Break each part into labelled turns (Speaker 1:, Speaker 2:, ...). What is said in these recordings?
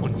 Speaker 1: Und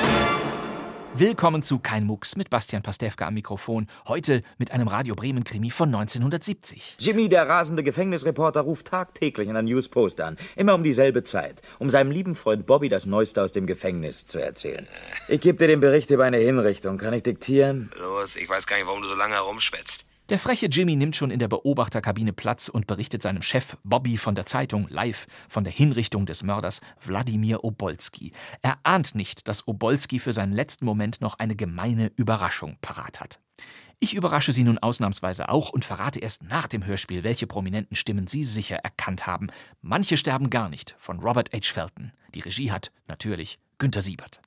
Speaker 2: Willkommen zu Kein Mucks mit Bastian Pastewka am Mikrofon. Heute mit einem Radio Bremen Krimi von 1970.
Speaker 3: Jimmy, der rasende Gefängnisreporter, ruft tagtäglich in der Newspost an, immer um dieselbe Zeit, um seinem lieben Freund Bobby das Neueste aus dem Gefängnis zu erzählen. Ich gebe dir den Bericht über eine Hinrichtung. Kann ich diktieren?
Speaker 4: Los, ich weiß gar nicht, warum du so lange herumschwätzt.
Speaker 2: Der freche Jimmy nimmt schon in der Beobachterkabine Platz und berichtet seinem Chef Bobby von der Zeitung live von der Hinrichtung des Mörders Wladimir Obolski. Er ahnt nicht, dass Obolski für seinen letzten Moment noch eine gemeine Überraschung parat hat. Ich überrasche Sie nun ausnahmsweise auch und verrate erst nach dem Hörspiel, welche prominenten Stimmen Sie sicher erkannt haben. Manche sterben gar nicht von Robert H. Felton. Die Regie hat natürlich Günter Siebert.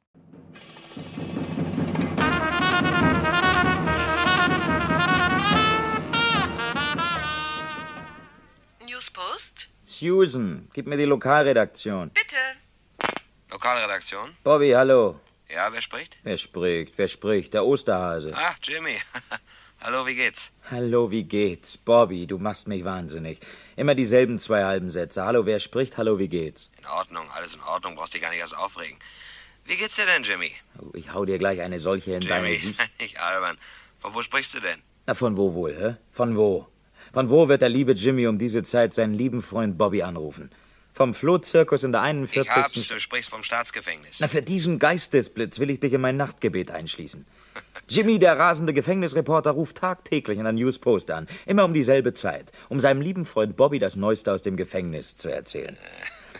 Speaker 5: Newspost?
Speaker 3: Susan, gib mir die Lokalredaktion.
Speaker 5: Bitte.
Speaker 4: Lokalredaktion?
Speaker 3: Bobby, hallo.
Speaker 4: Ja, wer spricht?
Speaker 3: Wer spricht? Wer spricht? Der Osterhase.
Speaker 4: Ach, Ah, Jimmy. Hallo, wie geht's?
Speaker 3: Hallo, wie geht's? Bobby, du machst mich wahnsinnig. Immer dieselben zwei halben Sätze. Hallo, wer spricht? Hallo, wie geht's?
Speaker 4: In Ordnung, alles in Ordnung, brauchst dich gar nicht erst aufregen. Wie geht's dir denn, Jimmy?
Speaker 3: Oh, Ich hau dir gleich eine solche in deine
Speaker 4: Jimmy,
Speaker 3: Süße.
Speaker 4: nicht albern. Von wo sprichst du denn?
Speaker 3: Na, von wo wohl, hä? Von wo? Von wo wird der liebe Jimmy um diese Zeit seinen lieben Freund Bobby anrufen? Vom Flohzirkus in der
Speaker 4: Ich hab's,
Speaker 3: 41.
Speaker 4: du sprichst vom Staatsgefängnis.
Speaker 3: Na, für diesen Geistesblitz will ich dich in mein Nachtgebet einschließen. Jimmy, der rasende Gefängnisreporter, ruft tagtäglich in der Newspost an, immer um dieselbe Zeit, um seinem lieben Freund Bobby das Neueste aus dem Gefängnis zu erzählen.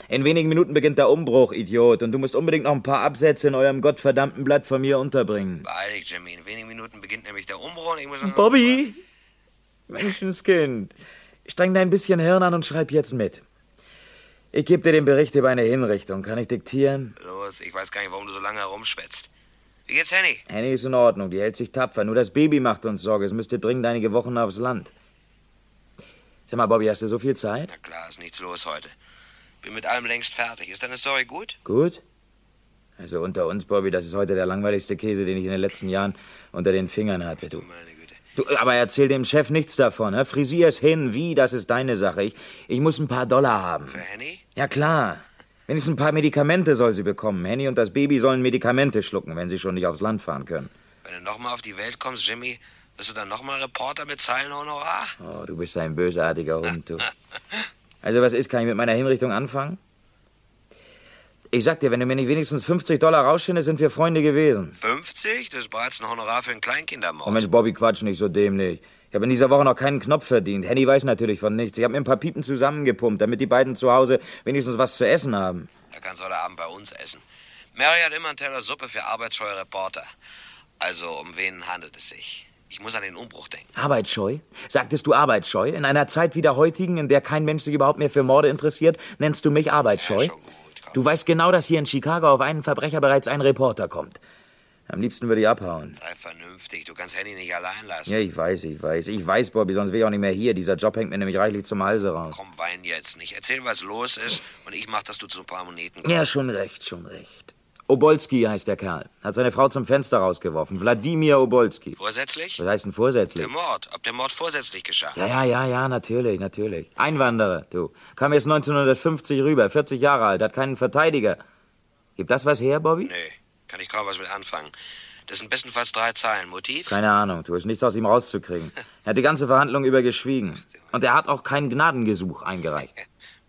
Speaker 3: In wenigen Minuten beginnt der Umbruch, Idiot, und du musst unbedingt noch ein paar Absätze in eurem gottverdammten Blatt von mir unterbringen.
Speaker 4: Beeil dich, Jimmy. In wenigen Minuten beginnt nämlich der Umbruch und ich muss... noch-
Speaker 3: Bobby! Menschenskind, streng dein bisschen Hirn an und schreib jetzt mit. Ich gebe dir den Bericht über eine Hinrichtung. Kann ich diktieren?
Speaker 4: Los, ich weiß gar nicht, warum du so lange herumschwätzt. Wie geht's, Henny?
Speaker 3: Henny ist in Ordnung, die hält sich tapfer. Nur das Baby macht uns Sorge. Es müsste dringend einige Wochen aufs Land. Sag mal, Bobby, hast du so viel Zeit?
Speaker 4: Na klar, ist nichts los heute. Bin mit allem längst fertig. Ist deine Story gut?
Speaker 3: Gut. Also unter uns, Bobby, das ist heute der langweiligste Käse, den ich in den letzten Jahren unter den Fingern hatte, du.
Speaker 4: Meine Güte.
Speaker 3: Du, aber erzähl dem Chef nichts davon. Ne? Frisier's hin, wie, das ist deine Sache. Ich, ich muss ein paar Dollar haben.
Speaker 4: Für Henny?
Speaker 3: Ja, klar. Wenigstens ein paar Medikamente soll sie bekommen. Henny und das Baby sollen Medikamente schlucken, wenn sie schon nicht aufs Land fahren können.
Speaker 4: Wenn du nochmal auf die Welt kommst, Jimmy, wirst du dann nochmal Reporter mit Zeilenhonorar?
Speaker 3: Oh, du bist ein bösartiger Hund, du. Also, was ist, kann ich mit meiner Hinrichtung anfangen? Ich sag dir, wenn du mir nicht wenigstens 50 Dollar rausschindest, sind wir Freunde gewesen.
Speaker 4: 50? Das ist bereits ein Honorar für einen
Speaker 3: Oh
Speaker 4: Kleinkindermord.
Speaker 3: Mensch, Bobby, quatsch nicht so dämlich. Ich habe in dieser Woche noch keinen Knopf verdient. Henny weiß natürlich von nichts. Ich habe mir ein paar Piepen zusammengepumpt, damit die beiden zu Hause wenigstens was zu essen haben.
Speaker 4: Da kannst du heute Abend bei uns essen. Mary hat immer einen Teller Suppe für arbeitsscheue Reporter. Also, um wen handelt es sich? Ich muss an den Umbruch denken.
Speaker 3: Arbeitsscheu? Sagtest du arbeitsscheu? In einer Zeit wie der heutigen, in der kein Mensch sich überhaupt mehr für Morde interessiert, nennst du mich arbeitsscheu?
Speaker 4: Ja, schon gut, komm.
Speaker 3: Du weißt genau, dass hier in Chicago auf einen Verbrecher bereits ein Reporter kommt. Am liebsten würde ich abhauen.
Speaker 4: Sei vernünftig, du kannst Henny nicht allein lassen.
Speaker 3: Ja, ich weiß, ich weiß. Ich weiß, Bobby, sonst wäre ich auch nicht mehr hier. Dieser Job hängt mir nämlich reichlich zum Halse raus.
Speaker 4: Komm, wein jetzt nicht. Erzähl, was los ist und ich mach, dass du zu ein paar Moneten kommst.
Speaker 3: Ja, schon recht, schon recht. Obolski heißt der Kerl. Hat seine Frau zum Fenster rausgeworfen. Wladimir Obolski.
Speaker 4: Vorsätzlich?
Speaker 3: Was heißt denn vorsätzlich?
Speaker 4: Der Mord. Ob der Mord vorsätzlich geschah?
Speaker 3: Ja, ja, ja, ja, natürlich, natürlich. Einwanderer, du. Kam jetzt 1950 rüber, 40 Jahre alt, hat keinen Verteidiger. Gibt das was her, Bobby?
Speaker 4: Nee, kann ich kaum was mit anfangen. Das sind bestenfalls drei Zeilen. Motiv?
Speaker 3: Keine Ahnung, du ist nichts aus ihm rauszukriegen. Er hat die ganze Verhandlung über geschwiegen. Und er hat auch kein Gnadengesuch eingereicht.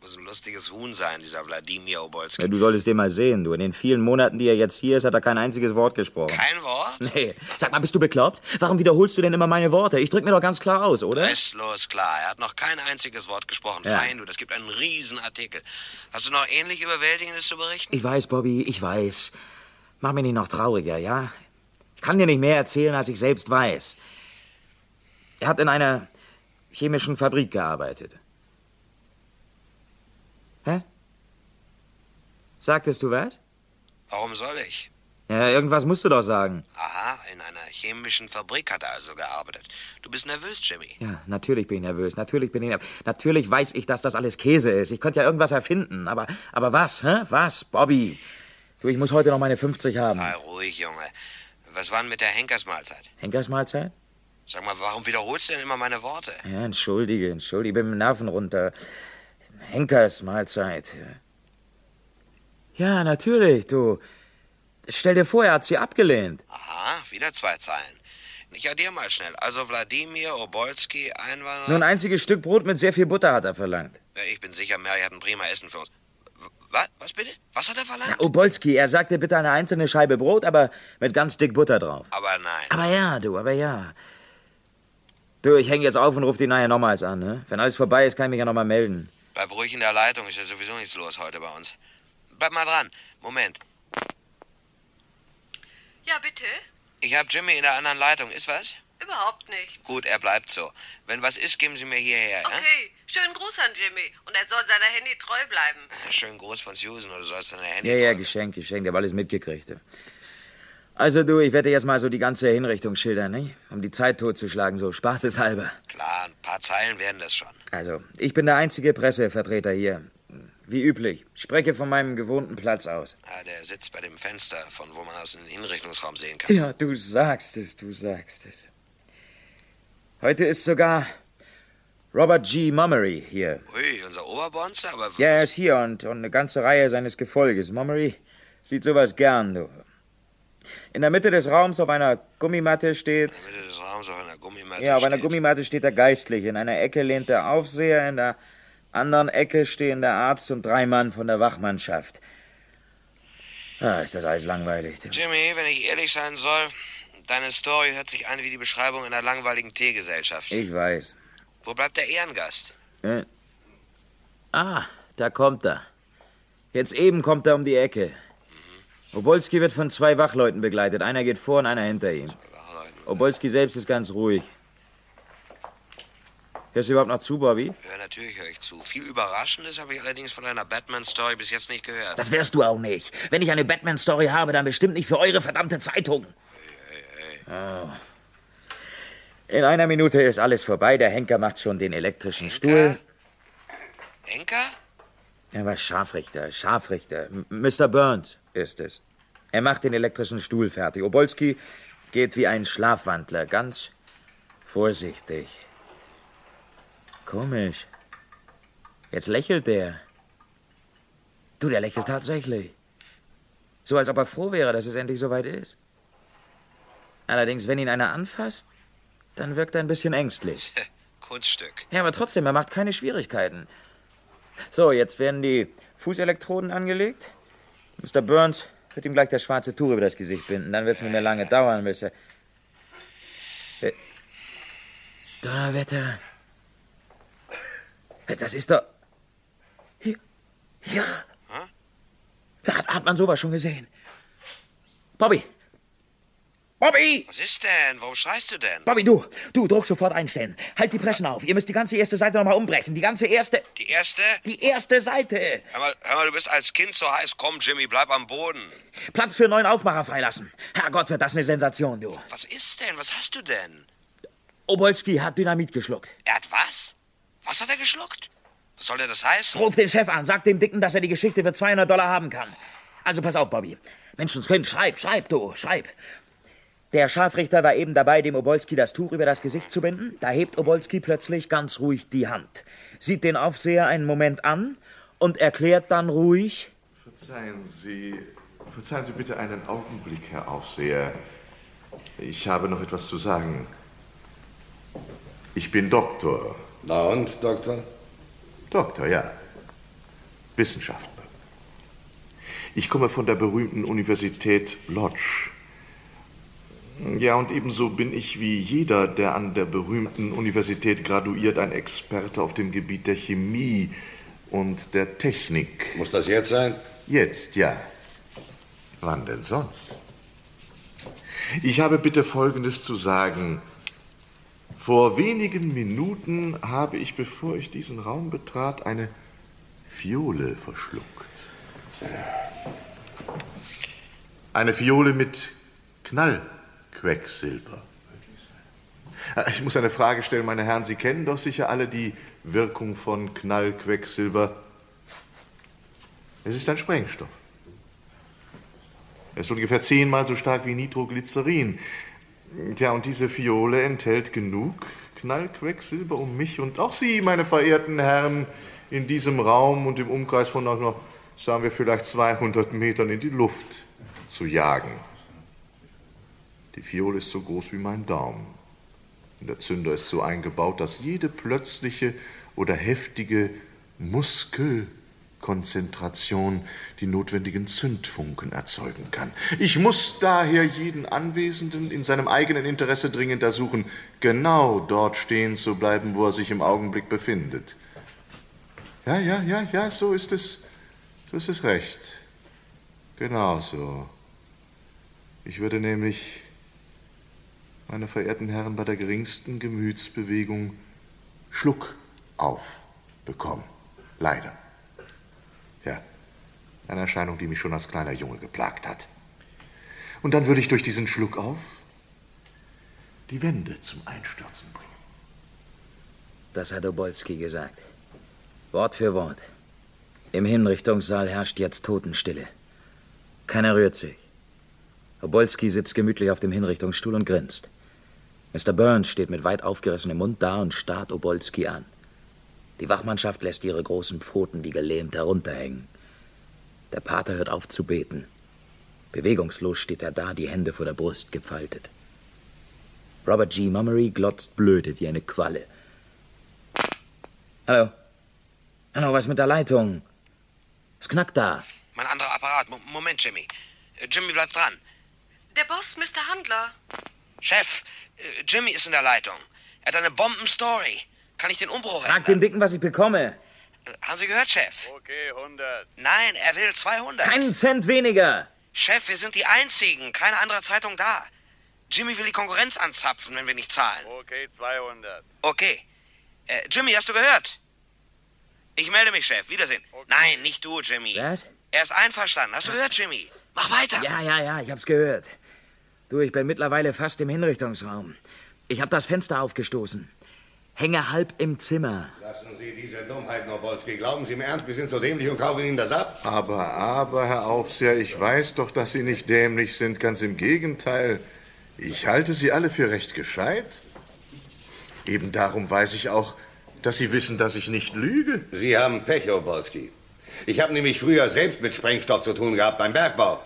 Speaker 4: Muss ein lustiges Huhn sein, dieser Wladimir Obolski.
Speaker 3: Ja, du solltest den mal sehen, du. In den vielen Monaten, die er jetzt hier ist, hat er kein einziges Wort gesprochen.
Speaker 4: Kein Wort?
Speaker 3: Nee, sag mal, bist du bekloppt? Warum wiederholst du denn immer meine Worte? Ich drück mir doch ganz klar aus, oder?
Speaker 4: Restlos klar. Er hat noch kein einziges Wort gesprochen.
Speaker 3: Ja.
Speaker 4: Fein, du, das gibt einen riesen Artikel. Hast du noch ähnlich Überwältigendes zu berichten?
Speaker 3: Ich weiß, Bobby, ich weiß. Mach mich nicht noch trauriger, ja? Ich kann dir nicht mehr erzählen, als ich selbst weiß. Er hat in einer chemischen Fabrik gearbeitet. Hä? Sagtest du was?
Speaker 4: Warum soll ich?
Speaker 3: Ja, irgendwas musst du doch sagen.
Speaker 4: Aha, in einer chemischen Fabrik hat er also gearbeitet. Du bist nervös, Jimmy.
Speaker 3: Ja, natürlich bin ich nervös, natürlich bin ich nervös. Natürlich weiß ich, dass das alles Käse ist. Ich könnte ja irgendwas erfinden, aber, aber was, hä? Was, Bobby? Du, ich muss heute noch meine 50 haben.
Speaker 4: Sei ruhig, Junge. Was war denn mit der Henkersmahlzeit?
Speaker 3: Henkersmahlzeit?
Speaker 4: Sag mal, warum wiederholst du denn immer meine Worte?
Speaker 3: Ja, entschuldige, entschuldige, ich bin mit dem Nerven runter. Henkersmahlzeit. Ja, natürlich, du. Stell dir vor, er hat sie abgelehnt.
Speaker 4: Aha, wieder zwei Zeilen. Ich addiere mal schnell. Also Wladimir, Obolski, Einwanderer.
Speaker 3: Nur ein einziges Stück Brot mit sehr viel Butter hat er verlangt.
Speaker 4: Äh, Ich bin sicher, Mary hat ein prima Essen für uns. Was, was bitte? Was hat er verlangt?
Speaker 3: Obolski, er sagte bitte eine einzelne Scheibe Brot, aber mit ganz dick Butter drauf.
Speaker 4: Aber nein.
Speaker 3: Aber ja, du, aber ja. Du, ich hänge jetzt auf und ruf die nachher nochmals an, ne? Wenn alles vorbei ist, kann ich mich ja nochmal melden.
Speaker 4: Bleib ruhig in der Leitung, ist ja sowieso nichts los heute bei uns. Bleib mal dran. Moment.
Speaker 5: Ja, bitte?
Speaker 4: Ich hab Jimmy in der anderen Leitung. Ist was?
Speaker 5: Überhaupt nicht.
Speaker 4: Gut, er bleibt so. Wenn was ist, geben Sie mir hierher, ja?
Speaker 5: Okay, schönen Gruß an Jimmy. Und er soll seiner Handy treu bleiben.
Speaker 4: Schönen Gruß von Susan oder sollst deine Handy.
Speaker 3: Ja, ja,
Speaker 4: drücken.
Speaker 3: geschenkt, geschenkt, aber alles mitgekriegt. du. Also du, ich werde jetzt mal so die ganze Hinrichtung schildern, ne? Um die Zeit totzuschlagen, so spaßeshalber.
Speaker 4: Klar, ein paar Zeilen werden das schon.
Speaker 3: Also, ich bin der einzige Pressevertreter hier. Wie üblich, spreche von meinem gewohnten Platz aus.
Speaker 4: Ah, der sitzt bei dem Fenster, von wo man aus dem Hinrichtungsraum sehen kann.
Speaker 3: Tja, du sagst es, du sagst es. Heute ist sogar Robert G. Mummery hier.
Speaker 4: Ui, unser Oberbonzer, aber
Speaker 3: Ja, er ist hier und, und eine ganze Reihe seines Gefolges. Momery sieht sowas gern, du. In der Mitte des Raums auf einer Gummimatte steht.
Speaker 4: Mitte des Raums auf einer Gummimatte.
Speaker 3: Ja, auf einer
Speaker 4: steht.
Speaker 3: Gummimatte steht der Geistliche. In einer Ecke lehnt der Aufseher, in der anderen Ecke stehen der Arzt und drei Mann von der Wachmannschaft. Ah, ist das alles langweilig. du.
Speaker 4: Jimmy, wenn ich ehrlich sein soll, deine Story hört sich an wie die Beschreibung einer langweiligen Teegesellschaft.
Speaker 3: Ich weiß.
Speaker 4: Wo bleibt der Ehrengast?
Speaker 3: Äh. Ah, da kommt er. Jetzt eben kommt er um die Ecke. Obolski wird von zwei Wachleuten begleitet. Einer geht vor und einer hinter ihm. Obolski selbst ist ganz ruhig. Hörst du überhaupt noch zu, Bobby?
Speaker 4: Ja, natürlich höre ich zu. Viel Überraschendes habe ich allerdings von deiner Batman-Story bis jetzt nicht gehört.
Speaker 3: Das wärst du auch nicht. Wenn ich eine Batman-Story habe, dann bestimmt nicht für eure verdammte Zeitung. Oh. In einer Minute ist alles vorbei. Der Henker macht schon den elektrischen Stuhl.
Speaker 4: Enker?
Speaker 3: Er war Scharfrichter, Scharfrichter. M Mr. Burns ist es. Er macht den elektrischen Stuhl fertig. Obolski geht wie ein Schlafwandler, ganz vorsichtig. Komisch. Jetzt lächelt der. Du, der lächelt tatsächlich. So, als ob er froh wäre, dass es endlich soweit ist. Allerdings, wenn ihn einer anfasst, dann wirkt er ein bisschen ängstlich.
Speaker 4: Kunststück.
Speaker 3: Ja, aber trotzdem, er macht keine Schwierigkeiten. So, jetzt werden die Fußelektroden angelegt. Mr. Burns wird ihm gleich das schwarze Tuch über das Gesicht binden. Dann wird es nicht mehr lange dauern, bis er. Äh, Donnerwetter. Äh, Das ist doch. Hier. Ja. Da hat- hat man sowas schon gesehen. Bobby! Bobby!
Speaker 4: Was ist denn? Warum schreist du denn?
Speaker 3: Bobby, du, du, Druck sofort einstellen. Halt die Pressen auf. Ihr müsst die ganze erste Seite nochmal umbrechen. Die ganze erste,
Speaker 4: Die erste?
Speaker 3: die erste Seite.
Speaker 4: Hör mal, hör mal, du bist als Kind so heiß. Komm, Jimmy, bleib am Boden.
Speaker 3: Platz für neuen Aufmacher freilassen. Herrgott, wird das eine Sensation, du.
Speaker 4: Was ist denn? Was hast du denn?
Speaker 3: Obolski hat Dynamit geschluckt.
Speaker 4: Er hat was? Was hat er geschluckt? Was soll denn das heißen?
Speaker 3: Ruf den Chef an, sag dem Dicken, dass er die Geschichte für 200 Dollar haben kann. Also pass auf, Bobby. Menschenskind, schreib, schreib, du, schreib. Der Scharfrichter war eben dabei, dem Obolski das Tuch über das Gesicht zu binden. Da hebt Obolski plötzlich ganz ruhig die Hand, sieht den Aufseher einen Moment an und erklärt dann ruhig,
Speaker 6: Verzeihen Sie, verzeihen Sie bitte einen Augenblick, Herr Aufseher. Ich habe noch etwas zu sagen. Ich bin Doktor.
Speaker 7: Na und, Doktor?
Speaker 6: Doktor, ja. Wissenschaftler. Ich komme von der berühmten Universität Lodge. Ja, und ebenso bin ich wie jeder, der an der berühmten Universität graduiert, ein Experte auf dem Gebiet der Chemie und der Technik.
Speaker 7: Muss das jetzt sein?
Speaker 6: Jetzt, ja. Wann denn sonst? Ich habe bitte Folgendes zu sagen. Vor wenigen Minuten habe ich, bevor ich diesen Raum betrat, eine Fiole verschluckt. Eine Fiole mit Knallquecksilber. Äh, Ich muss eine Frage stellen, meine Herren. Sie kennen doch sicher alle die Wirkung von Knallquecksilber. Es ist ein Sprengstoff. Er ist ungefähr zehnmal so stark wie Nitroglycerin. Tja, und diese Fiole enthält genug Knallquecksilber, um mich und auch Sie, meine verehrten Herren, in diesem Raum und im Umkreis von noch, noch, sagen wir vielleicht 200 Metern in die Luft zu jagen. Die Fiole ist so groß wie mein Daumen. Und der Zünder ist so eingebaut, dass jede plötzliche oder heftige Muskelkonzentration die notwendigen Zündfunken erzeugen kann. Ich muss daher jeden Anwesenden in seinem eigenen Interesse dringend ersuchen, genau dort stehen zu bleiben, wo er sich im Augenblick befindet. Ja, ja, ja, ja, so ist es. So ist es recht. Genau so. Ich würde nämlich meine verehrten Herren, bei der geringsten Gemütsbewegung Schluck auf bekommen. Leider. Ja, eine Erscheinung, die mich schon als kleiner Junge geplagt hat. Und dann würde ich durch diesen Schluck auf die Wände zum Einstürzen bringen.
Speaker 3: Das hat Obolski gesagt. Wort für Wort. Im Hinrichtungssaal herrscht jetzt Totenstille. Keiner rührt sich. Obolski sitzt gemütlich auf dem Hinrichtungsstuhl und grinst. Mr. Burns steht mit weit aufgerissenem Mund da und starrt Obolski an. Die Wachmannschaft lässt ihre großen Pfoten wie gelähmt herunterhängen. Der Pater hört auf zu beten. Bewegungslos steht er da, die Hände vor der Brust gefaltet. Robert G. Mummery glotzt blöde wie eine Qualle. Hallo. Hallo, was mit der Leitung? Es knackt da.
Speaker 4: Mein anderer Apparat. Mo- Moment, Jimmy. Äh, Jimmy, bleib dran.
Speaker 5: Der Boss, Mr. Handler.
Speaker 4: Chef, äh, Jimmy ist in der Leitung. Er hat eine Bombenstory. Kann ich den Umbruch
Speaker 3: Frag den
Speaker 4: ändern?
Speaker 3: Dicken, was ich bekomme.
Speaker 4: Äh, Haben Sie gehört, Chef?
Speaker 8: Okay, 100.
Speaker 4: Nein, er will 200.
Speaker 3: Keinen Cent weniger.
Speaker 4: Chef, wir sind die Einzigen. Keine andere Zeitung da. Jimmy will die Konkurrenz anzapfen, wenn wir nicht zahlen.
Speaker 8: Okay, 200.
Speaker 4: Okay. Äh, Jimmy, hast du gehört? Ich melde mich, Chef. Wiedersehen. Nein, nicht du, Jimmy.
Speaker 3: Was?
Speaker 4: Er ist einverstanden. Hast du gehört, Jimmy? Mach weiter.
Speaker 3: Ja, ja, ja, ich hab's gehört. Du, ich bin mittlerweile fast im Hinrichtungsraum. Ich hab das Fenster aufgestoßen. Hänge halb im Zimmer.
Speaker 7: Lassen Sie diese Dummheit, Nobolski. Glauben Sie mir ernst, wir sind so dämlich und kaufen Ihnen das ab?
Speaker 6: Aber, aber, Herr Aufseher, ich weiß doch, dass Sie nicht dämlich sind. Ganz im Gegenteil. Ich halte Sie alle für recht gescheit. Eben darum weiß ich auch, dass Sie wissen, dass ich nicht lüge.
Speaker 7: Sie haben Pech, Obolski. Ich habe nämlich früher selbst mit Sprengstoff zu tun gehabt beim Bergbau.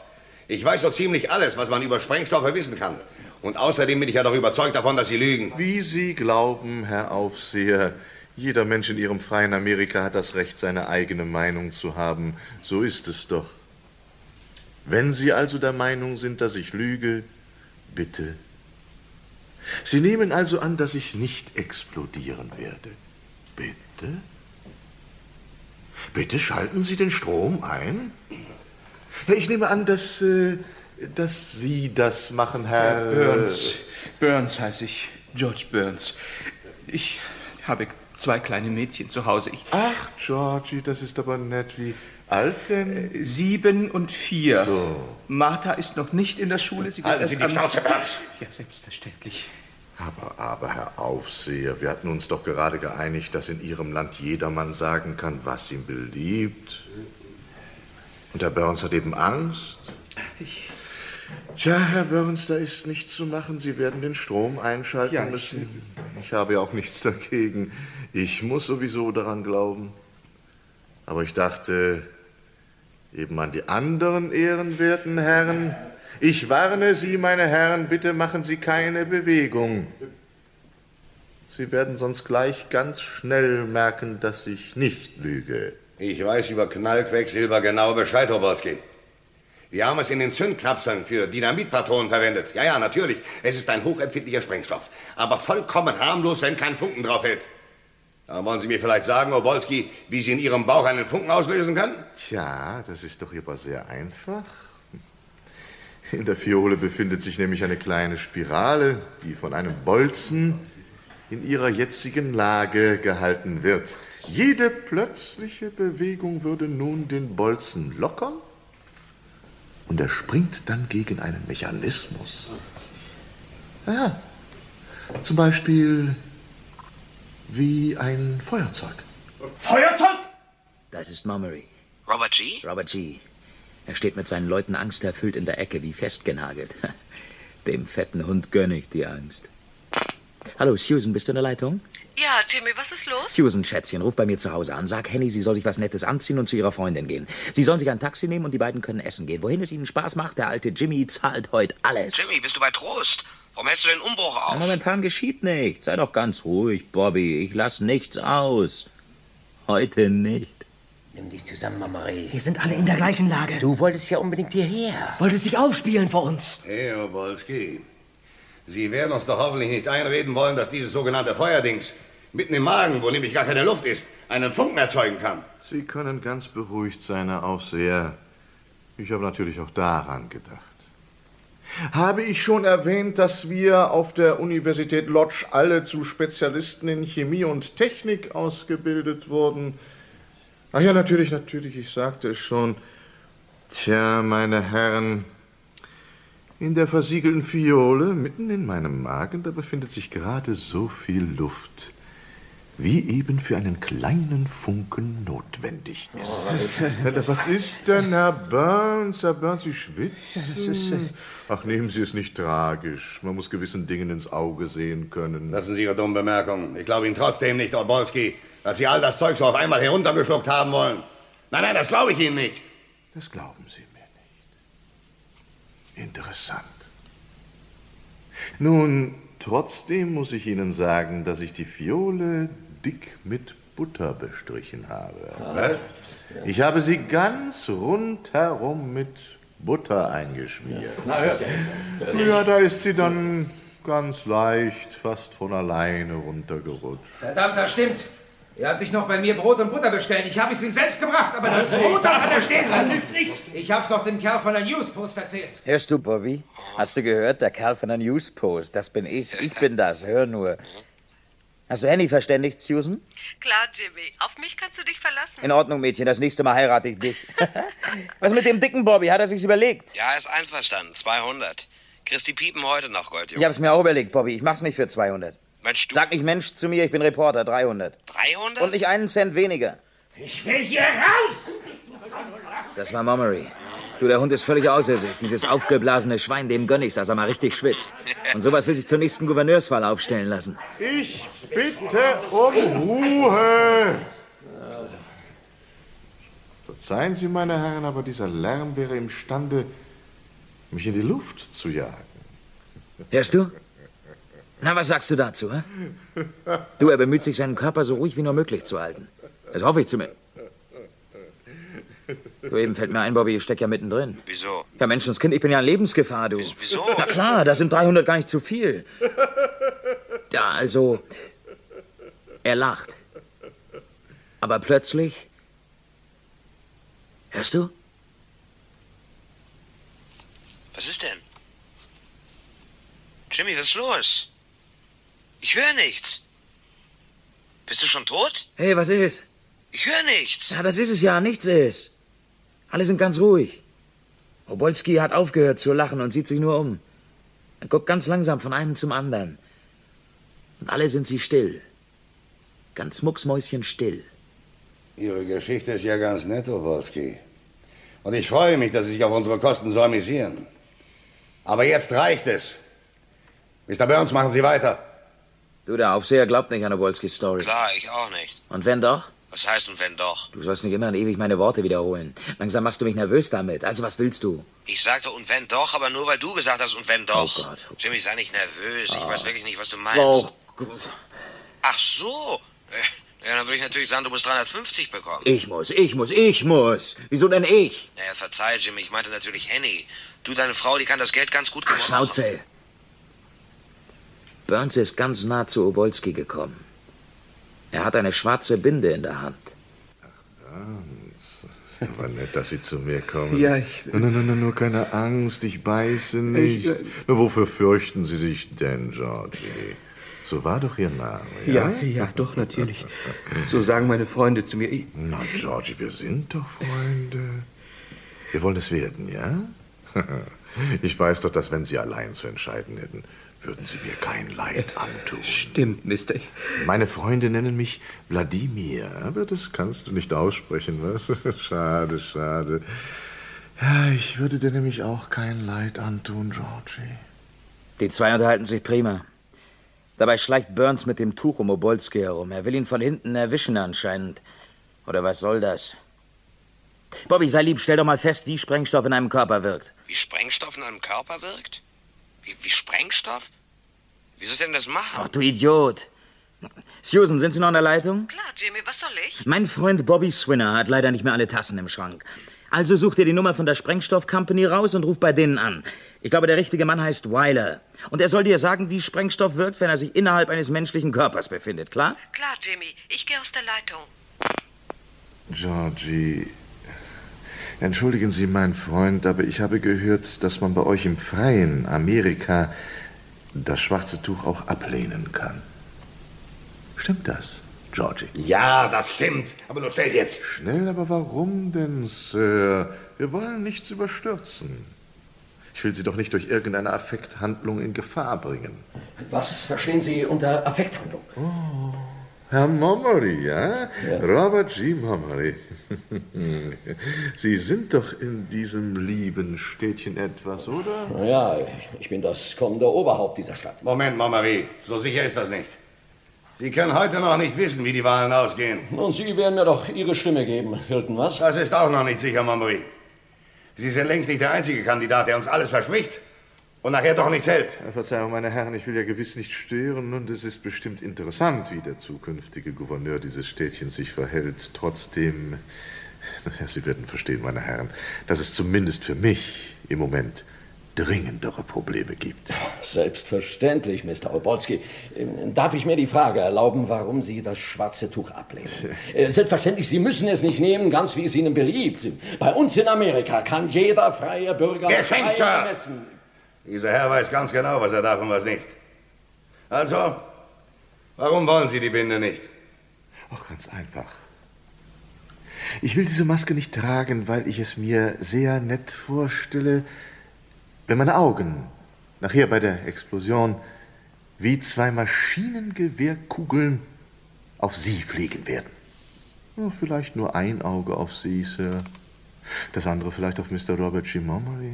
Speaker 7: Ich weiß so ziemlich alles, was man über Sprengstoffe wissen kann. Und außerdem bin ich ja doch überzeugt davon, dass Sie lügen.
Speaker 6: Wie Sie glauben, Herr Aufseher, jeder Mensch in Ihrem freien Amerika hat das Recht, seine eigene Meinung zu haben. So ist es doch. Wenn Sie also der Meinung sind, dass ich lüge, bitte. Sie nehmen also an, dass ich nicht explodieren werde. Bitte? Bitte schalten Sie den Strom ein. Ja, Ich nehme an, dass, äh, dass Sie das machen, Herr.
Speaker 9: Burns. Burns heiße ich. George Burns. Ich habe zwei kleine Mädchen zu Hause. Ich,
Speaker 6: Ach, Georgie, das ist aber nett. Wie alt denn?
Speaker 9: sieben und vier. Martha ist noch nicht in der Schule. Sie geht
Speaker 7: Halten Sie die
Speaker 9: erst am-
Speaker 7: Schnauze, Burns!
Speaker 9: Ja, selbstverständlich.
Speaker 6: Aber, aber, Herr Aufseher, wir hatten uns doch gerade geeinigt, dass in Ihrem Land jedermann sagen kann, was ihm beliebt. Und Herr Burns hat eben Angst. Tja, Herr Burns, da ist nichts zu machen. Sie werden den Strom einschalten
Speaker 9: Ja, ich-
Speaker 6: müssen. Ich habe ja auch nichts dagegen. Ich muss sowieso daran glauben. Aber ich dachte eben an die anderen ehrenwerten Herren. Ich warne Sie, meine Herren, bitte machen Sie keine Bewegung. Sie werden sonst gleich ganz schnell merken, dass ich nicht lüge.
Speaker 7: Ich weiß über Knallquecksilber genau Bescheid, Obolski. Wir haben es in den Zündknapseln für Dynamitpatronen verwendet. Ja, ja, natürlich. Es ist ein hochempfindlicher Sprengstoff. Aber vollkommen harmlos, wenn kein Funken drauf hält. Dann wollen Sie mir vielleicht sagen, Obolski, wie Sie in Ihrem Bauch einen Funken auslösen können?
Speaker 6: Tja, das ist doch aber sehr einfach. In der Fiole befindet sich nämlich eine kleine Spirale, die von einem Bolzen in ihrer jetzigen Lage gehalten wird. Jede plötzliche Bewegung würde nun den Bolzen lockern Und er springt dann gegen einen Mechanismus. Ja, zum Beispiel wie ein Feuerzeug.
Speaker 3: Feuerzeug? Das ist Mummery.
Speaker 4: Robert G?
Speaker 3: Robert G. Er steht mit seinen Leuten angsterfüllt in der Ecke, wie festgenagelt. Dem fetten Hund gönne ich die Angst. Hallo, Susan, bist du in der Leitung?
Speaker 5: Ja, Jimmy, was ist los?
Speaker 3: Susan, Schätzchen, ruf bei mir zu Hause an. Sag Henny, sie soll sich was Nettes anziehen und zu ihrer Freundin gehen. Sie sollen sich ein Taxi nehmen und die beiden können essen gehen. Wohin es ihnen Spaß macht, der alte Jimmy zahlt heute alles.
Speaker 4: Jimmy, bist du bei Trost? Warum hältst du den Umbruch
Speaker 3: Ja,
Speaker 4: auf?
Speaker 3: momentan geschieht nichts. Sei doch ganz ruhig, Bobby. Ich lass nichts aus. Heute nicht.
Speaker 10: Nimm dich zusammen, Marie.
Speaker 11: Wir sind alle in der gleichen Lage.
Speaker 10: Du wolltest ja unbedingt hierher.
Speaker 11: Wolltest dich aufspielen vor uns.
Speaker 7: Hey, Obolski. Sie werden uns doch hoffentlich nicht einreden wollen, dass dieses sogenannte Feuerdings mitten im Magen, wo nämlich gar keine Luft ist, einen Funken erzeugen kann.
Speaker 6: Sie können ganz beruhigt sein, Herr Aufseher. Ich habe natürlich auch daran gedacht. Habe ich schon erwähnt, dass wir auf der Universität Lodge alle zu Spezialisten in Chemie und Technik ausgebildet wurden? Ach ja, natürlich, natürlich, ich sagte es schon. Tja, meine Herren, in der versiegelten Fiole, mitten in meinem Magen, da befindet sich gerade so viel Luft, wie eben für einen kleinen Funken notwendig
Speaker 7: Oh,
Speaker 6: ist. Was ist denn, Herr Burns? Herr Burns, Sie
Speaker 7: das ist,
Speaker 6: schwitzen.
Speaker 7: äh,
Speaker 6: Ach, nehmen Sie es nicht tragisch. Man muss gewissen Dingen ins Auge sehen können.
Speaker 7: Lassen Sie Ihre dummen Bemerkungen. Ich glaube Ihnen trotzdem nicht, Obolski, dass Sie all das Zeug so auf einmal heruntergeschluckt haben wollen. Nein, nein, das glaube ich Ihnen nicht.
Speaker 6: Das glauben Sie mir nicht. Interessant. Nun, trotzdem muss ich Ihnen sagen, dass ich die Fiole dick mit Butter bestrichen habe.
Speaker 7: Was?
Speaker 6: Ich habe sie ganz rundherum mit Butter eingeschmiert.
Speaker 7: Na, hört.
Speaker 6: ja, da ist sie dann ganz leicht, fast von alleine runtergerutscht.
Speaker 12: Verdammt, das stimmt. Er hat sich noch bei mir Brot und Butter bestellt. Ich habe es ihm selbst gebracht, aber das,
Speaker 3: Das-
Speaker 12: Brot das hat er stehen
Speaker 3: Das
Speaker 12: lassen. nicht. Ich hab's noch dem Kerl von der Newspost erzählt.
Speaker 3: Hörst du, Bobby? Hast du gehört? Der Kerl von der Newspost. Das bin ich. Ich bin das. Hör nur. Hast du Henny verständigt, Susan?
Speaker 5: Klar, Jimmy, auf mich kannst du dich verlassen.
Speaker 4: Genau.
Speaker 3: In Ordnung, Mädchen. Das nächste Mal heirate ich dich. Was mit dem dicken Bobby? Hat er sich's überlegt?
Speaker 4: Ja, ist einverstanden. 200. Christi piepen heute noch, Goldjunge.
Speaker 3: Ich hab's mir auch überlegt, Bobby. Ich mach's nicht für 200.
Speaker 4: Mensch, du...
Speaker 3: Sag nicht Mensch zu mir, ich bin Reporter. 300.
Speaker 4: 300?
Speaker 3: Und nicht einen Cent weniger.
Speaker 12: Ich will hier raus!
Speaker 3: Das war Momery. Du, der Hund ist völlig außer sich. Dieses aufgeblasene Schwein, dem gönn ich's, dass er mal richtig schwitzt. Und sowas will sich zur nächsten Gouverneurswahl aufstellen lassen.
Speaker 6: Ich bitte um Ruhe! Verzeihen Sie, meine Herren, aber dieser Lärm wäre imstande, mich in die Luft zu jagen.
Speaker 3: Hörst du? Na, was sagst du dazu, hä? Du, er bemüht sich, seinen Körper so ruhig wie nur möglich zu halten. Das hoffe ich zumindest. Du, eben fällt mir ein, Bobby, ich steck ja mittendrin.
Speaker 4: Wieso?
Speaker 3: Ja, Menschenskind, ich bin ja in Lebensgefahr, du. Wieso? Na klar, da sind 300 gar nicht zu viel. Ja, also, er lacht. Aber plötzlich... Hörst du?
Speaker 4: Was ist denn? Jimmy, was ist los? Ich höre nichts. Bist du schon tot?
Speaker 3: Hey, was ist?
Speaker 4: Ich höre nichts.
Speaker 3: Ja, das ist es ja, nichts ist. Alle sind ganz ruhig. Obolski hat aufgehört zu lachen und sieht sich nur um. Er guckt ganz langsam von einem zum anderen. Und alle sind sie still. Ganz mucksmäuschen still.
Speaker 7: Ihre Geschichte ist ja ganz nett, Obolski. Und ich freue mich, dass Sie sich auf unsere Kosten so amüsieren. Aber jetzt reicht es. Mr. Burns, machen Sie weiter.
Speaker 3: Du, der Aufseher glaubt nicht an Obolskis Story.
Speaker 4: Klar, ich auch nicht.
Speaker 3: Und wenn doch?
Speaker 4: Was heißt und wenn doch?
Speaker 3: Du sollst nicht immer und ewig meine Worte wiederholen. Langsam machst du mich nervös damit. Also, was willst du?
Speaker 4: Ich sagte und wenn doch, aber nur weil du gesagt hast und wenn doch.
Speaker 9: Oh
Speaker 4: Jimmy, sei nicht nervös.
Speaker 9: Ah.
Speaker 4: Ich weiß wirklich nicht, was du meinst.
Speaker 3: Oh,
Speaker 4: Ach so. Äh, Ja, dann würde ich natürlich sagen, du musst 350 bekommen.
Speaker 3: ich muss, ich muss, ich muss. Wieso denn ich?
Speaker 4: Naja, verzeih, Jimmy, ich meinte natürlich Henny. Du, deine Frau, die kann das Geld ganz gut gebrauchen.
Speaker 3: Schnauze. Burns ist ganz nah zu Obolski gekommen. Er hat eine schwarze Binde in der Hand.
Speaker 6: Ganz. Ist aber nett, dass Sie zu mir kommen.
Speaker 9: Ja, ich-
Speaker 6: Nein, nein, nein, nein, nur keine Angst, ich beiße nicht.
Speaker 9: äh,
Speaker 6: Na, wofür fürchten Sie sich denn, Georgie? So war doch Ihr Name, ja?
Speaker 9: Ja, ja, doch, natürlich. So sagen meine Freunde zu mir. Ich,
Speaker 6: Na, Georgie, wir sind doch Freunde. Wir wollen es werden, ja? Ich weiß doch, dass wenn Sie allein zu entscheiden hätten, würden Sie mir kein Leid antun.
Speaker 9: Stimmt, Mister. Ich
Speaker 6: Meine Freunde nennen mich Wladimir, aber das kannst du nicht aussprechen, was? Schade, schade. Ja, ich würde dir nämlich auch kein Leid antun, Georgie.
Speaker 3: Die zwei unterhalten sich prima. Dabei schleicht Burns mit dem Tuch um Obolski herum. Er will ihn von hinten erwischen anscheinend. Oder was soll das? Bobby, sei lieb, stell doch mal fest, wie Sprengstoff in einem Körper wirkt.
Speaker 4: Wie Sprengstoff in einem Körper wirkt? Wie, wie Sprengstoff? Wie soll ich denn das machen?
Speaker 3: Ach, du Idiot. Susan, sind Sie noch in der Leitung?
Speaker 5: Klar, Jimmy, was soll ich?
Speaker 3: Mein Freund Bobby Swinner hat leider nicht mehr alle Tassen im Schrank. Also such dir die Nummer von der Sprengstoff Company raus und ruf bei denen an. Ich glaube, der richtige Mann heißt Weiler. Und er soll dir sagen, wie Sprengstoff wirkt, wenn er sich innerhalb eines menschlichen Körpers befindet, klar?
Speaker 5: Klar, Jimmy, ich gehe aus der Leitung.
Speaker 6: Georgie, entschuldigen Sie, mein Freund, aber ich habe gehört, dass man bei euch im freien Amerika das schwarze Tuch auch ablehnen kann. Stimmt das, Georgie?
Speaker 7: Ja, das stimmt. Aber nur schnell jetzt.
Speaker 6: Schnell, aber warum denn, Sir? Wir wollen nichts überstürzen. Ich will Sie doch nicht durch irgendeine Affekthandlung in Gefahr bringen.
Speaker 10: Was verstehen Sie unter Affekthandlung?
Speaker 6: Herr Momory, ja? Robert G. Momory. Sie sind doch in diesem lieben Städtchen etwas, oder?
Speaker 7: Ja, ich bin das kommende Oberhaupt dieser Stadt. Moment, Mommery, so sicher ist das nicht. Sie können heute noch nicht wissen, wie die Wahlen ausgehen.
Speaker 13: Nun, Sie werden mir doch Ihre Stimme geben, Hilton, was?
Speaker 7: Das ist auch noch nicht sicher, Mommery. Sie sind längst nicht der einzige Kandidat, der uns alles verspricht und nachher doch nichts hält.
Speaker 6: Ja, Äh, Verzeihung, meine Herren, ich will ja gewiss nicht stören und es ist bestimmt interessant, wie der zukünftige Gouverneur dieses Städtchens sich verhält. Trotzdem, naja, Sie werden verstehen, meine Herren, dass es zumindest für mich im Moment dringendere Probleme gibt.
Speaker 13: Selbstverständlich, Mr. Obolski. Ähm, Darf ich mir die Frage erlauben, warum Sie das schwarze Tuch ablehnen? Äh, Selbstverständlich, Sie müssen es nicht nehmen, ganz wie es Ihnen beliebt. Bei uns in Amerika kann jeder freie Bürger
Speaker 7: Geschenkt,
Speaker 13: frei
Speaker 7: Sir! Dieser Herr weiß ganz genau, was er darf und was nicht. Also, warum wollen Sie die Binde nicht?
Speaker 6: Auch ganz einfach. Ich will diese Maske nicht tragen, weil ich es mir sehr nett vorstelle, wenn meine Augen nachher bei der Explosion wie zwei Maschinengewehrkugeln auf Sie fliegen werden. Ja, vielleicht nur ein Auge auf Sie, Sir. Das andere vielleicht auf Mr. Robert G. Momory.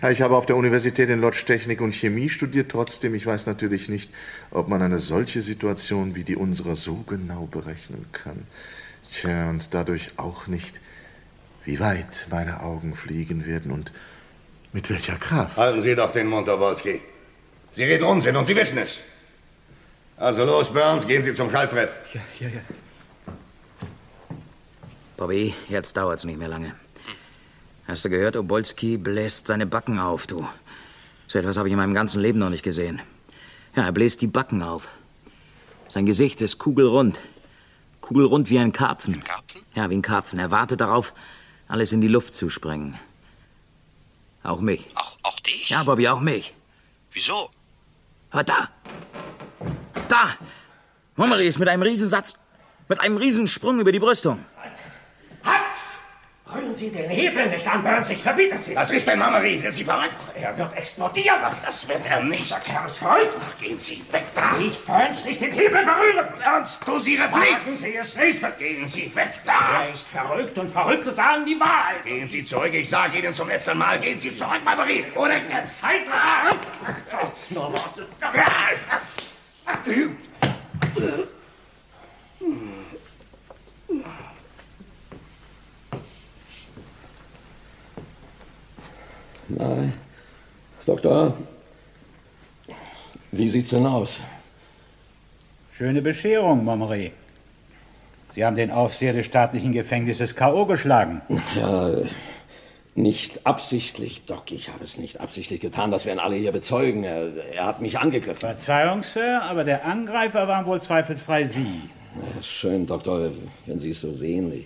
Speaker 6: Ja, Ich habe auf der Universität in Lodz Technik und Chemie studiert. Trotzdem, ich weiß natürlich nicht, ob man eine solche Situation wie die unserer so genau berechnen kann. Tja, und dadurch auch nicht, wie weit meine Augen fliegen werden und mit welcher Kraft.
Speaker 7: Halten Sie doch den Mund, Obolski. Sie reden Unsinn und Sie wissen es. Also los, Burns, gehen Sie zum Schallbrett.
Speaker 9: Ja, ja.
Speaker 3: Bobby, jetzt dauert's nicht mehr lange. Hast du gehört, Obolski bläst seine Backen auf, du. So etwas habe ich in meinem ganzen Leben noch nicht gesehen. Ja, er bläst die Backen auf. Sein Gesicht ist kugelrund. Kugelrund wie ein Karpfen. Ein Karpfen? Ja, wie ein Karpfen. Er wartet darauf, alles in die Luft zu sprengen. Auch mich. Auch,
Speaker 4: auch dich?
Speaker 3: Ja, Bobby, auch mich.
Speaker 4: Wieso?
Speaker 3: Hör da! Da! Mommeri ist mit einem Riesensatz, mit einem Riesensprung über die Brüstung.
Speaker 10: Halt! Rühren Sie den Hebel nicht an, Burns, ich verbiete es Ihnen.
Speaker 7: Was ist denn, Marie? Sind Sie verrückt?
Speaker 10: Er wird explodieren.
Speaker 7: Ach, das wird er nicht.
Speaker 10: Das Herr ist verrückt.
Speaker 7: Gehen Sie weg da!
Speaker 10: Nicht, Burns, nicht den Hebel berühren.
Speaker 7: Ernst, du Sie
Speaker 10: Wagen Sie es nicht.
Speaker 7: Gehen Sie weg da!
Speaker 10: Er ist verrückt und Verrückte sagen die Wahrheit.
Speaker 7: Gehen Sie zurück, ich sage Ihnen zum letzten Mal, gehen Sie zurück, Marie! Oder jetzt!
Speaker 10: Zeit nach.
Speaker 7: Ah.
Speaker 10: Nur Worte.
Speaker 13: Nein. Doktor, wie sieht's denn aus?
Speaker 14: Schöne Bescherung, Momery. Sie haben den Aufseher des staatlichen Gefängnisses K.O. geschlagen.
Speaker 13: Ja, nicht absichtlich, Doc. Ich habe es nicht absichtlich getan. Das werden alle hier bezeugen. Er, er hat mich angegriffen.
Speaker 14: Verzeihung, Sir, aber der Angreifer waren wohl zweifelsfrei Sie.
Speaker 13: Ja, Schön, Doktor, wenn Sie es so sehen.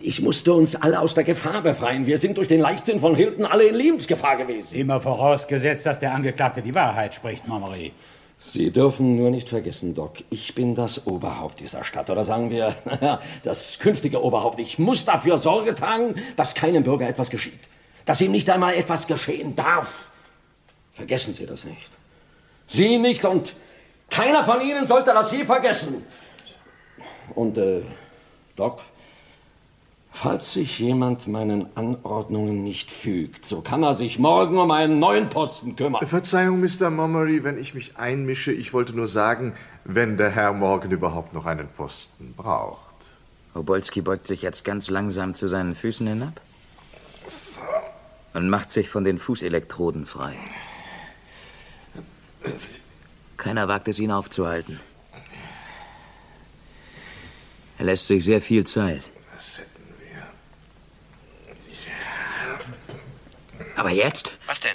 Speaker 13: Ich musste uns alle aus der Gefahr befreien. Wir sind durch den Leichtsinn von Hilton alle in Lebensgefahr gewesen.
Speaker 14: Immer vorausgesetzt, dass der Angeklagte die Wahrheit spricht, Momery.
Speaker 13: Sie dürfen nur nicht vergessen, Doc, ich bin das Oberhaupt dieser Stadt. Oder sagen wir, naja, das künftige Oberhaupt. Ich muss dafür Sorge tragen, dass keinem Bürger etwas geschieht.
Speaker 7: dass ihm nicht einmal etwas geschehen darf. Vergessen Sie das nicht. Sie nicht und keiner von Ihnen sollte das je vergessen. Und, äh, Doc, falls sich jemand meinen Anordnungen nicht fügt, so kann er sich morgen um einen neuen Posten kümmern.
Speaker 6: Verzeihung, Mr. Momery, wenn ich mich einmische. Ich wollte nur sagen, wenn der Herr morgen überhaupt noch einen Posten braucht.
Speaker 3: Obolski beugt sich jetzt ganz langsam zu seinen Füßen hinab und macht sich von den Fußelektroden frei. Keiner wagt es, ihn aufzuhalten. Er lässt sich sehr viel Zeit. Aber jetzt?
Speaker 4: Was denn?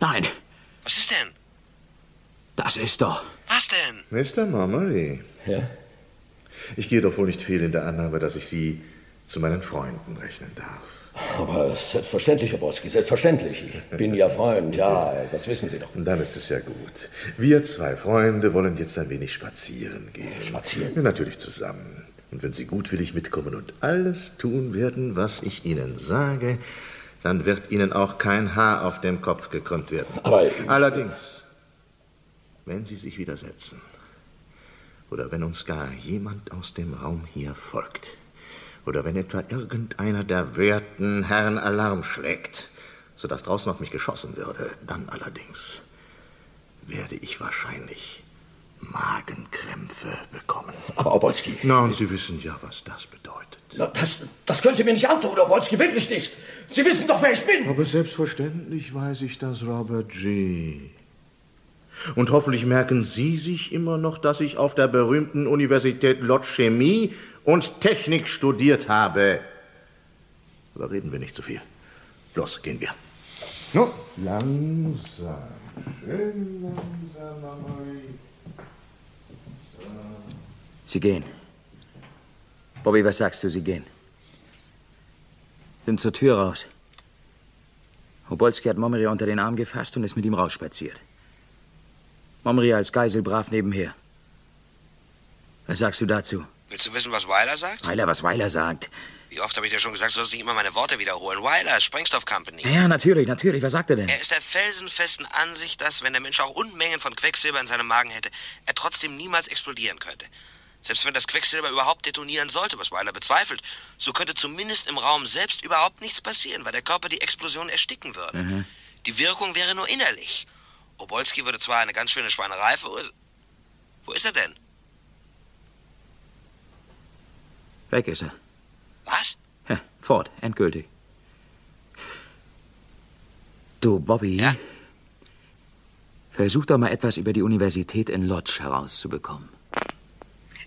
Speaker 3: Nein,
Speaker 4: Was ist denn?
Speaker 3: das ist doch.
Speaker 4: Was denn?
Speaker 6: Mr. Momery.
Speaker 7: Ja?
Speaker 6: Ich gehe doch wohl nicht fehl in der Annahme, dass ich Sie zu meinen Freunden rechnen darf.
Speaker 7: Aber selbstverständlich, Herr Borski, selbstverständlich. Ich bin Ihr Freund, ja, das wissen Sie doch.
Speaker 6: Dann ist es ja gut. Wir zwei Freunde wollen jetzt ein wenig spazieren gehen.
Speaker 7: Spazieren?
Speaker 6: Ja, natürlich zusammen. Und wenn Sie gutwillig mitkommen und alles tun werden, was ich Ihnen sage, dann wird Ihnen auch kein Haar auf dem Kopf gekrümmt werden.
Speaker 7: Aber-
Speaker 6: Allerdings, wenn Sie sich widersetzen oder wenn uns gar jemand aus dem Raum hier folgt oder wenn etwa irgendeiner der werten Herren Alarm schlägt, sodass draußen auf mich geschossen würde, dann allerdings werde ich wahrscheinlich Magenkrämpfe bekommen.
Speaker 7: Aber Obolski.
Speaker 6: Na, und Sie wissen ja, was das bedeutet.
Speaker 7: Na, das, das können Sie mir nicht antun, Obolski, wirklich nicht. Sie wissen doch, wer ich bin.
Speaker 6: Aber selbstverständlich weiß ich das, Robert G. Und hoffentlich merken Sie sich immer noch, dass ich auf der berühmten Universität Lodz Chemie und Technik studiert habe. Aber reden wir nicht zu viel. Los, gehen wir. No. Langsam. Schön langsam, Marie.
Speaker 3: Sie gehen. Bobby, was sagst du, sie gehen? Sind zur Tür raus. Obolski hat Momery unter den Arm gefasst und ist mit ihm rausspaziert. Momery als Geisel brav nebenher. Was sagst du dazu?
Speaker 4: Willst du wissen, was Weiler sagt?
Speaker 3: Weiler, was Weiler sagt.
Speaker 4: Wie oft habe ich dir schon gesagt, du sollst nicht immer meine Worte wiederholen. Weiler ist Sprengstoff Company.
Speaker 3: Ja, natürlich, natürlich. Was sagt er denn?
Speaker 4: Er ist der felsenfesten Ansicht, dass, wenn der Mensch auch Unmengen von Quecksilber in seinem Magen hätte, er trotzdem niemals explodieren könnte. Selbst wenn das Quecksilber überhaupt detonieren sollte, was Weiler bezweifelt, so könnte zumindest im Raum selbst überhaupt nichts passieren, weil der Körper die Explosion ersticken würde.
Speaker 3: Mhm.
Speaker 4: Die Wirkung wäre nur innerlich. Obolski würde zwar eine ganz schöne Schweinerei verursachen. Wo ist er denn?
Speaker 3: Weg ist er.
Speaker 4: Was?
Speaker 3: Hä, Fort, endgültig. Du, Bobby. Versuch doch mal etwas über die Universität in Lodz herauszubekommen.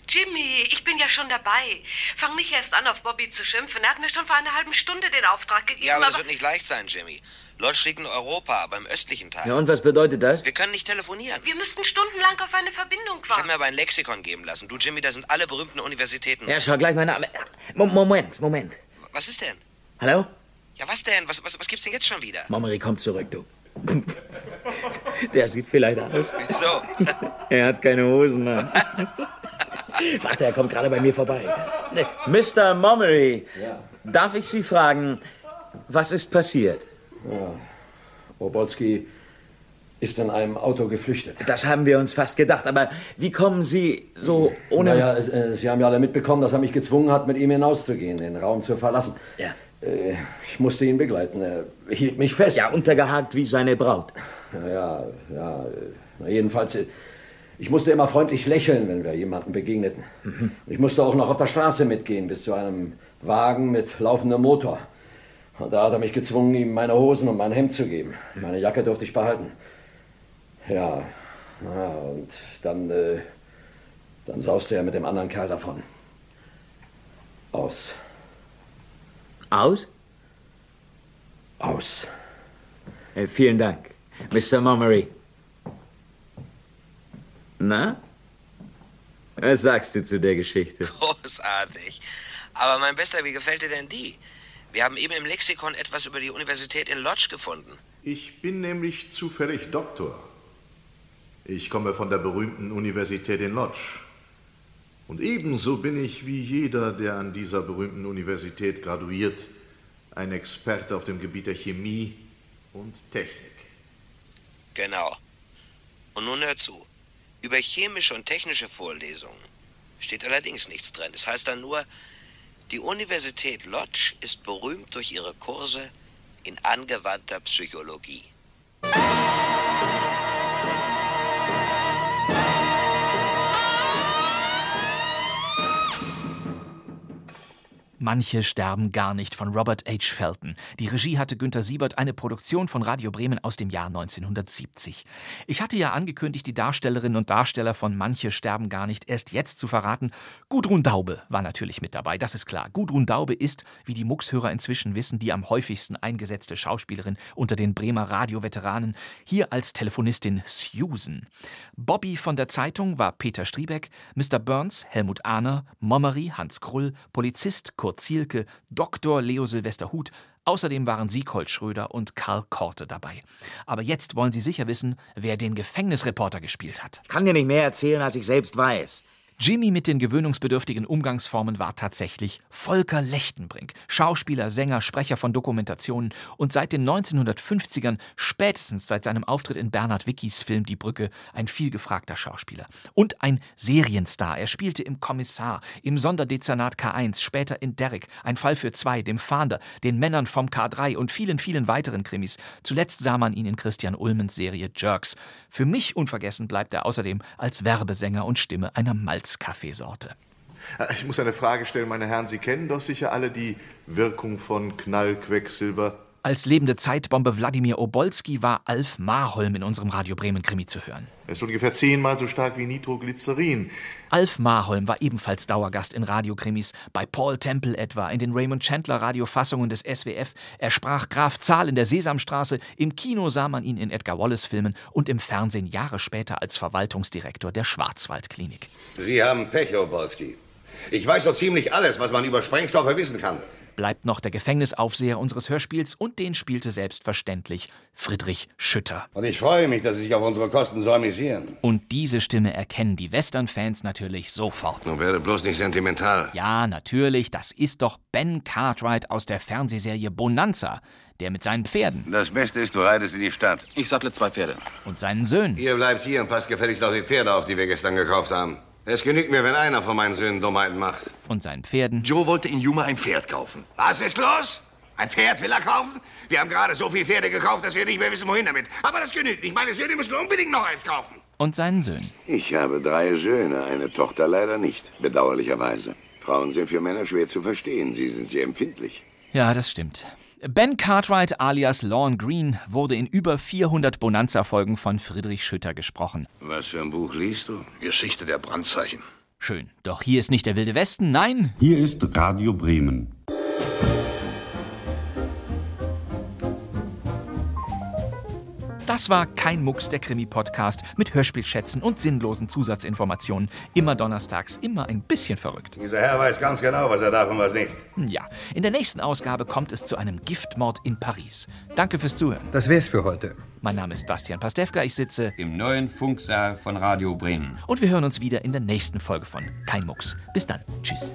Speaker 5: Jimmy, ich bin ja schon dabei. Fang nicht erst an, auf Bobby zu schimpfen. Er hat mir schon vor einer halben Stunde den Auftrag gegeben.
Speaker 4: Ja, aber das wird nicht leicht sein, Jimmy. Lodz liegt in Europa, aber im östlichen Teil.
Speaker 3: Ja, und was bedeutet das?
Speaker 4: Wir können nicht telefonieren.
Speaker 5: Wir müssten stundenlang auf eine Verbindung
Speaker 4: Ich habe mir aber ein Lexikon geben lassen. Du, Jimmy, da sind alle berühmten Universitäten.
Speaker 3: Ja, schau gleich mal nach. Mo- Moment, Moment.
Speaker 4: Was ist denn?
Speaker 3: Hallo?
Speaker 4: Ja, was denn? Was, was, was gibt's denn jetzt schon wieder?
Speaker 3: Momery kommt zurück, du. Der sieht vielleicht aus.
Speaker 4: So.
Speaker 3: Er hat keine Hosen an. Warte, er kommt gerade bei mir vorbei. Mr. Momery, darf ich Sie fragen, was ist passiert?
Speaker 7: Ja. Obolski ist in einem Auto geflüchtet.
Speaker 3: Das haben wir uns fast gedacht, aber wie kommen Sie so ohne...
Speaker 7: Naja, es- äh, Sie haben ja alle mitbekommen, dass er mich gezwungen hat, mit ihm hinauszugehen, den Raum zu verlassen.
Speaker 3: Ja.
Speaker 7: Äh, Ich musste ihn begleiten. Er hielt mich fest.
Speaker 3: Ja, untergehakt wie seine Braut.
Speaker 7: Naja, ja. äh, Na jedenfalls, äh, ich musste immer freundlich lächeln, wenn wir jemanden begegneten. Ich musste auch noch auf der Straße mitgehen, bis zu einem Wagen mit laufendem Motor. Und da hat er mich gezwungen, ihm meine Hosen und mein Hemd zu geben. Meine Jacke durfte ich behalten. Ja, ja und dann, äh, dann sauste er mit dem anderen Kerl davon. Aus.
Speaker 3: Aus?
Speaker 7: Aus.
Speaker 3: Äh, vielen Dank, Mr. Momery. Na? Was sagst du zu der Geschichte?
Speaker 4: Großartig. Aber mein Bester, wie gefällt dir denn die? Wir haben eben im Lexikon etwas über die Universität in Lodz gefunden.
Speaker 6: Ich bin nämlich zufällig Doktor. Ich komme von der berühmten Universität in Lodz. Und ebenso bin ich wie jeder, der an dieser berühmten Universität graduiert, ein Experte auf dem Gebiet der Chemie und Technik.
Speaker 4: Genau. Und nun hör zu. Über chemische und technische Vorlesungen steht allerdings nichts drin. Es heißt dann nur, die Universität Lodge ist berühmt durch ihre Kurse in angewandter Psychologie.
Speaker 2: Manche sterben gar nicht von Robert H. Felton. Die Regie hatte Günter Siebert, eine Produktion von Radio Bremen aus dem Jahr 1970. Ich hatte ja angekündigt, die Darstellerinnen und Darsteller von Manche sterben gar nicht erst jetzt zu verraten. Gudrun Daube war natürlich mit dabei, das ist klar. Gudrun Daube ist, wie die Muckshörer inzwischen wissen, die am häufigsten eingesetzte Schauspielerin unter den Bremer Radioveteranen, hier als Telefonistin Susan. Bobby von der Zeitung war Peter Striebeck, Mr. Burns Helmut Ahner, Mommery Hans Krull, Polizist Kurt Zielke, Dr. Leo Silvester Huth, außerdem waren Sieghold Schröder und Karl Korte dabei. Aber jetzt wollen Sie sicher wissen, wer den Gefängnisreporter gespielt hat.
Speaker 3: Ich kann dir nicht mehr erzählen, als ich selbst weiß.
Speaker 2: Jimmy mit den gewöhnungsbedürftigen Umgangsformen war tatsächlich Volker Lechtenbrink, Schauspieler, Sänger, Sprecher von Dokumentationen und seit den 1950ern, spätestens seit seinem Auftritt in Bernhard Wickis Film Die Brücke, ein vielgefragter Schauspieler und ein Serienstar. Er spielte im Kommissar, im Sonderdezernat K1, später in Derrick, ein Fall für zwei, dem Fahnder, den Männern vom K3 und vielen, vielen weiteren Krimis. Zuletzt sah man ihn in Christian Ulmens Serie Jerks. Für mich unvergessen bleibt er außerdem als Werbesänger und Stimme einer Malzkaffeesorte.
Speaker 6: Äh, Ich muss eine Frage stellen, meine Herren. Sie kennen doch sicher alle die Wirkung von Knallquecksilber.
Speaker 2: Als lebende Zeitbombe Wladimir Obolski war Alf Marholm in unserem Radio Bremen-Krimi zu hören.
Speaker 6: Er ist ungefähr zehnmal so stark wie Nitroglycerin.
Speaker 2: Alf Marholm war ebenfalls Dauergast in Radiokrimis, bei Paul Temple etwa, in den Raymond Chandler Radiofassungen des SWF. Er sprach Graf Zahl in der Sesamstraße, im Kino sah man ihn in Edgar Wallace Filmen und im Fernsehen Jahre später als Verwaltungsdirektor der Schwarzwaldklinik.
Speaker 7: Sie haben Pech, Obolski. Ich weiß so ziemlich alles, was man über Sprengstoffe wissen kann.
Speaker 2: Bleibt noch der Gefängnisaufseher unseres Hörspiels und den spielte selbstverständlich Friedrich Schütter.
Speaker 7: Und ich freue mich, dass Sie sich auf unsere Kosten so amüsieren.
Speaker 2: Und diese Stimme erkennen die Western-Fans natürlich sofort.
Speaker 7: Nun werde bloß nicht sentimental.
Speaker 2: Ja, natürlich, das ist doch Ben Cartwright aus der Fernsehserie Bonanza, der mit seinen Pferden
Speaker 7: Das Beste ist, du reitest in die Stadt.
Speaker 15: Ich sattle zwei Pferde.
Speaker 2: und seinen Söhnen.
Speaker 7: Ihr bleibt hier und passt gefälligst auf die Pferde auf, die wir gestern gekauft haben. Es genügt mir, wenn einer von meinen Söhnen Dummheiten macht.
Speaker 2: Und seinen Pferden.
Speaker 15: Joe wollte in Yuma ein Pferd kaufen.
Speaker 7: Was ist los? Ein Pferd will er kaufen? Wir haben gerade so viele Pferde gekauft, dass wir nicht mehr wissen, wohin damit. Aber das genügt nicht. Meine Söhne müssen unbedingt noch eins kaufen.
Speaker 2: Und seinen Söhnen.
Speaker 16: Ich habe drei Söhne, eine Tochter leider nicht, bedauerlicherweise. Frauen sind für Männer schwer zu verstehen, sie sind sehr empfindlich.
Speaker 2: Ja, das stimmt. Ben Cartwright alias Lorne Green wurde in über 400 Bonanza-Folgen von Friedrich Schütter gesprochen.
Speaker 7: Was für ein Buch liest du?
Speaker 15: Geschichte der Brandzeichen.
Speaker 2: Schön. Doch hier ist nicht der Wilde Westen, nein.
Speaker 17: Hier ist Radio Bremen.
Speaker 2: Das war kein Mucks, der Krimi-Podcast mit Hörspielschätzen und sinnlosen Zusatzinformationen. Immer donnerstags, immer ein bisschen verrückt. Hm,
Speaker 7: Dieser Herr weiß ganz genau, was er darf und was nicht.
Speaker 2: Ja, in der nächsten Ausgabe kommt es zu einem Giftmord in Paris. Danke fürs Zuhören.
Speaker 18: Das wär's für heute.
Speaker 2: Mein Name ist Bastian Pastewka, ich sitze
Speaker 18: im neuen Funksaal von Radio Bremen.
Speaker 2: und wir hören uns wieder in der nächsten Folge von Kein Mucks. Bis dann. Tschüss.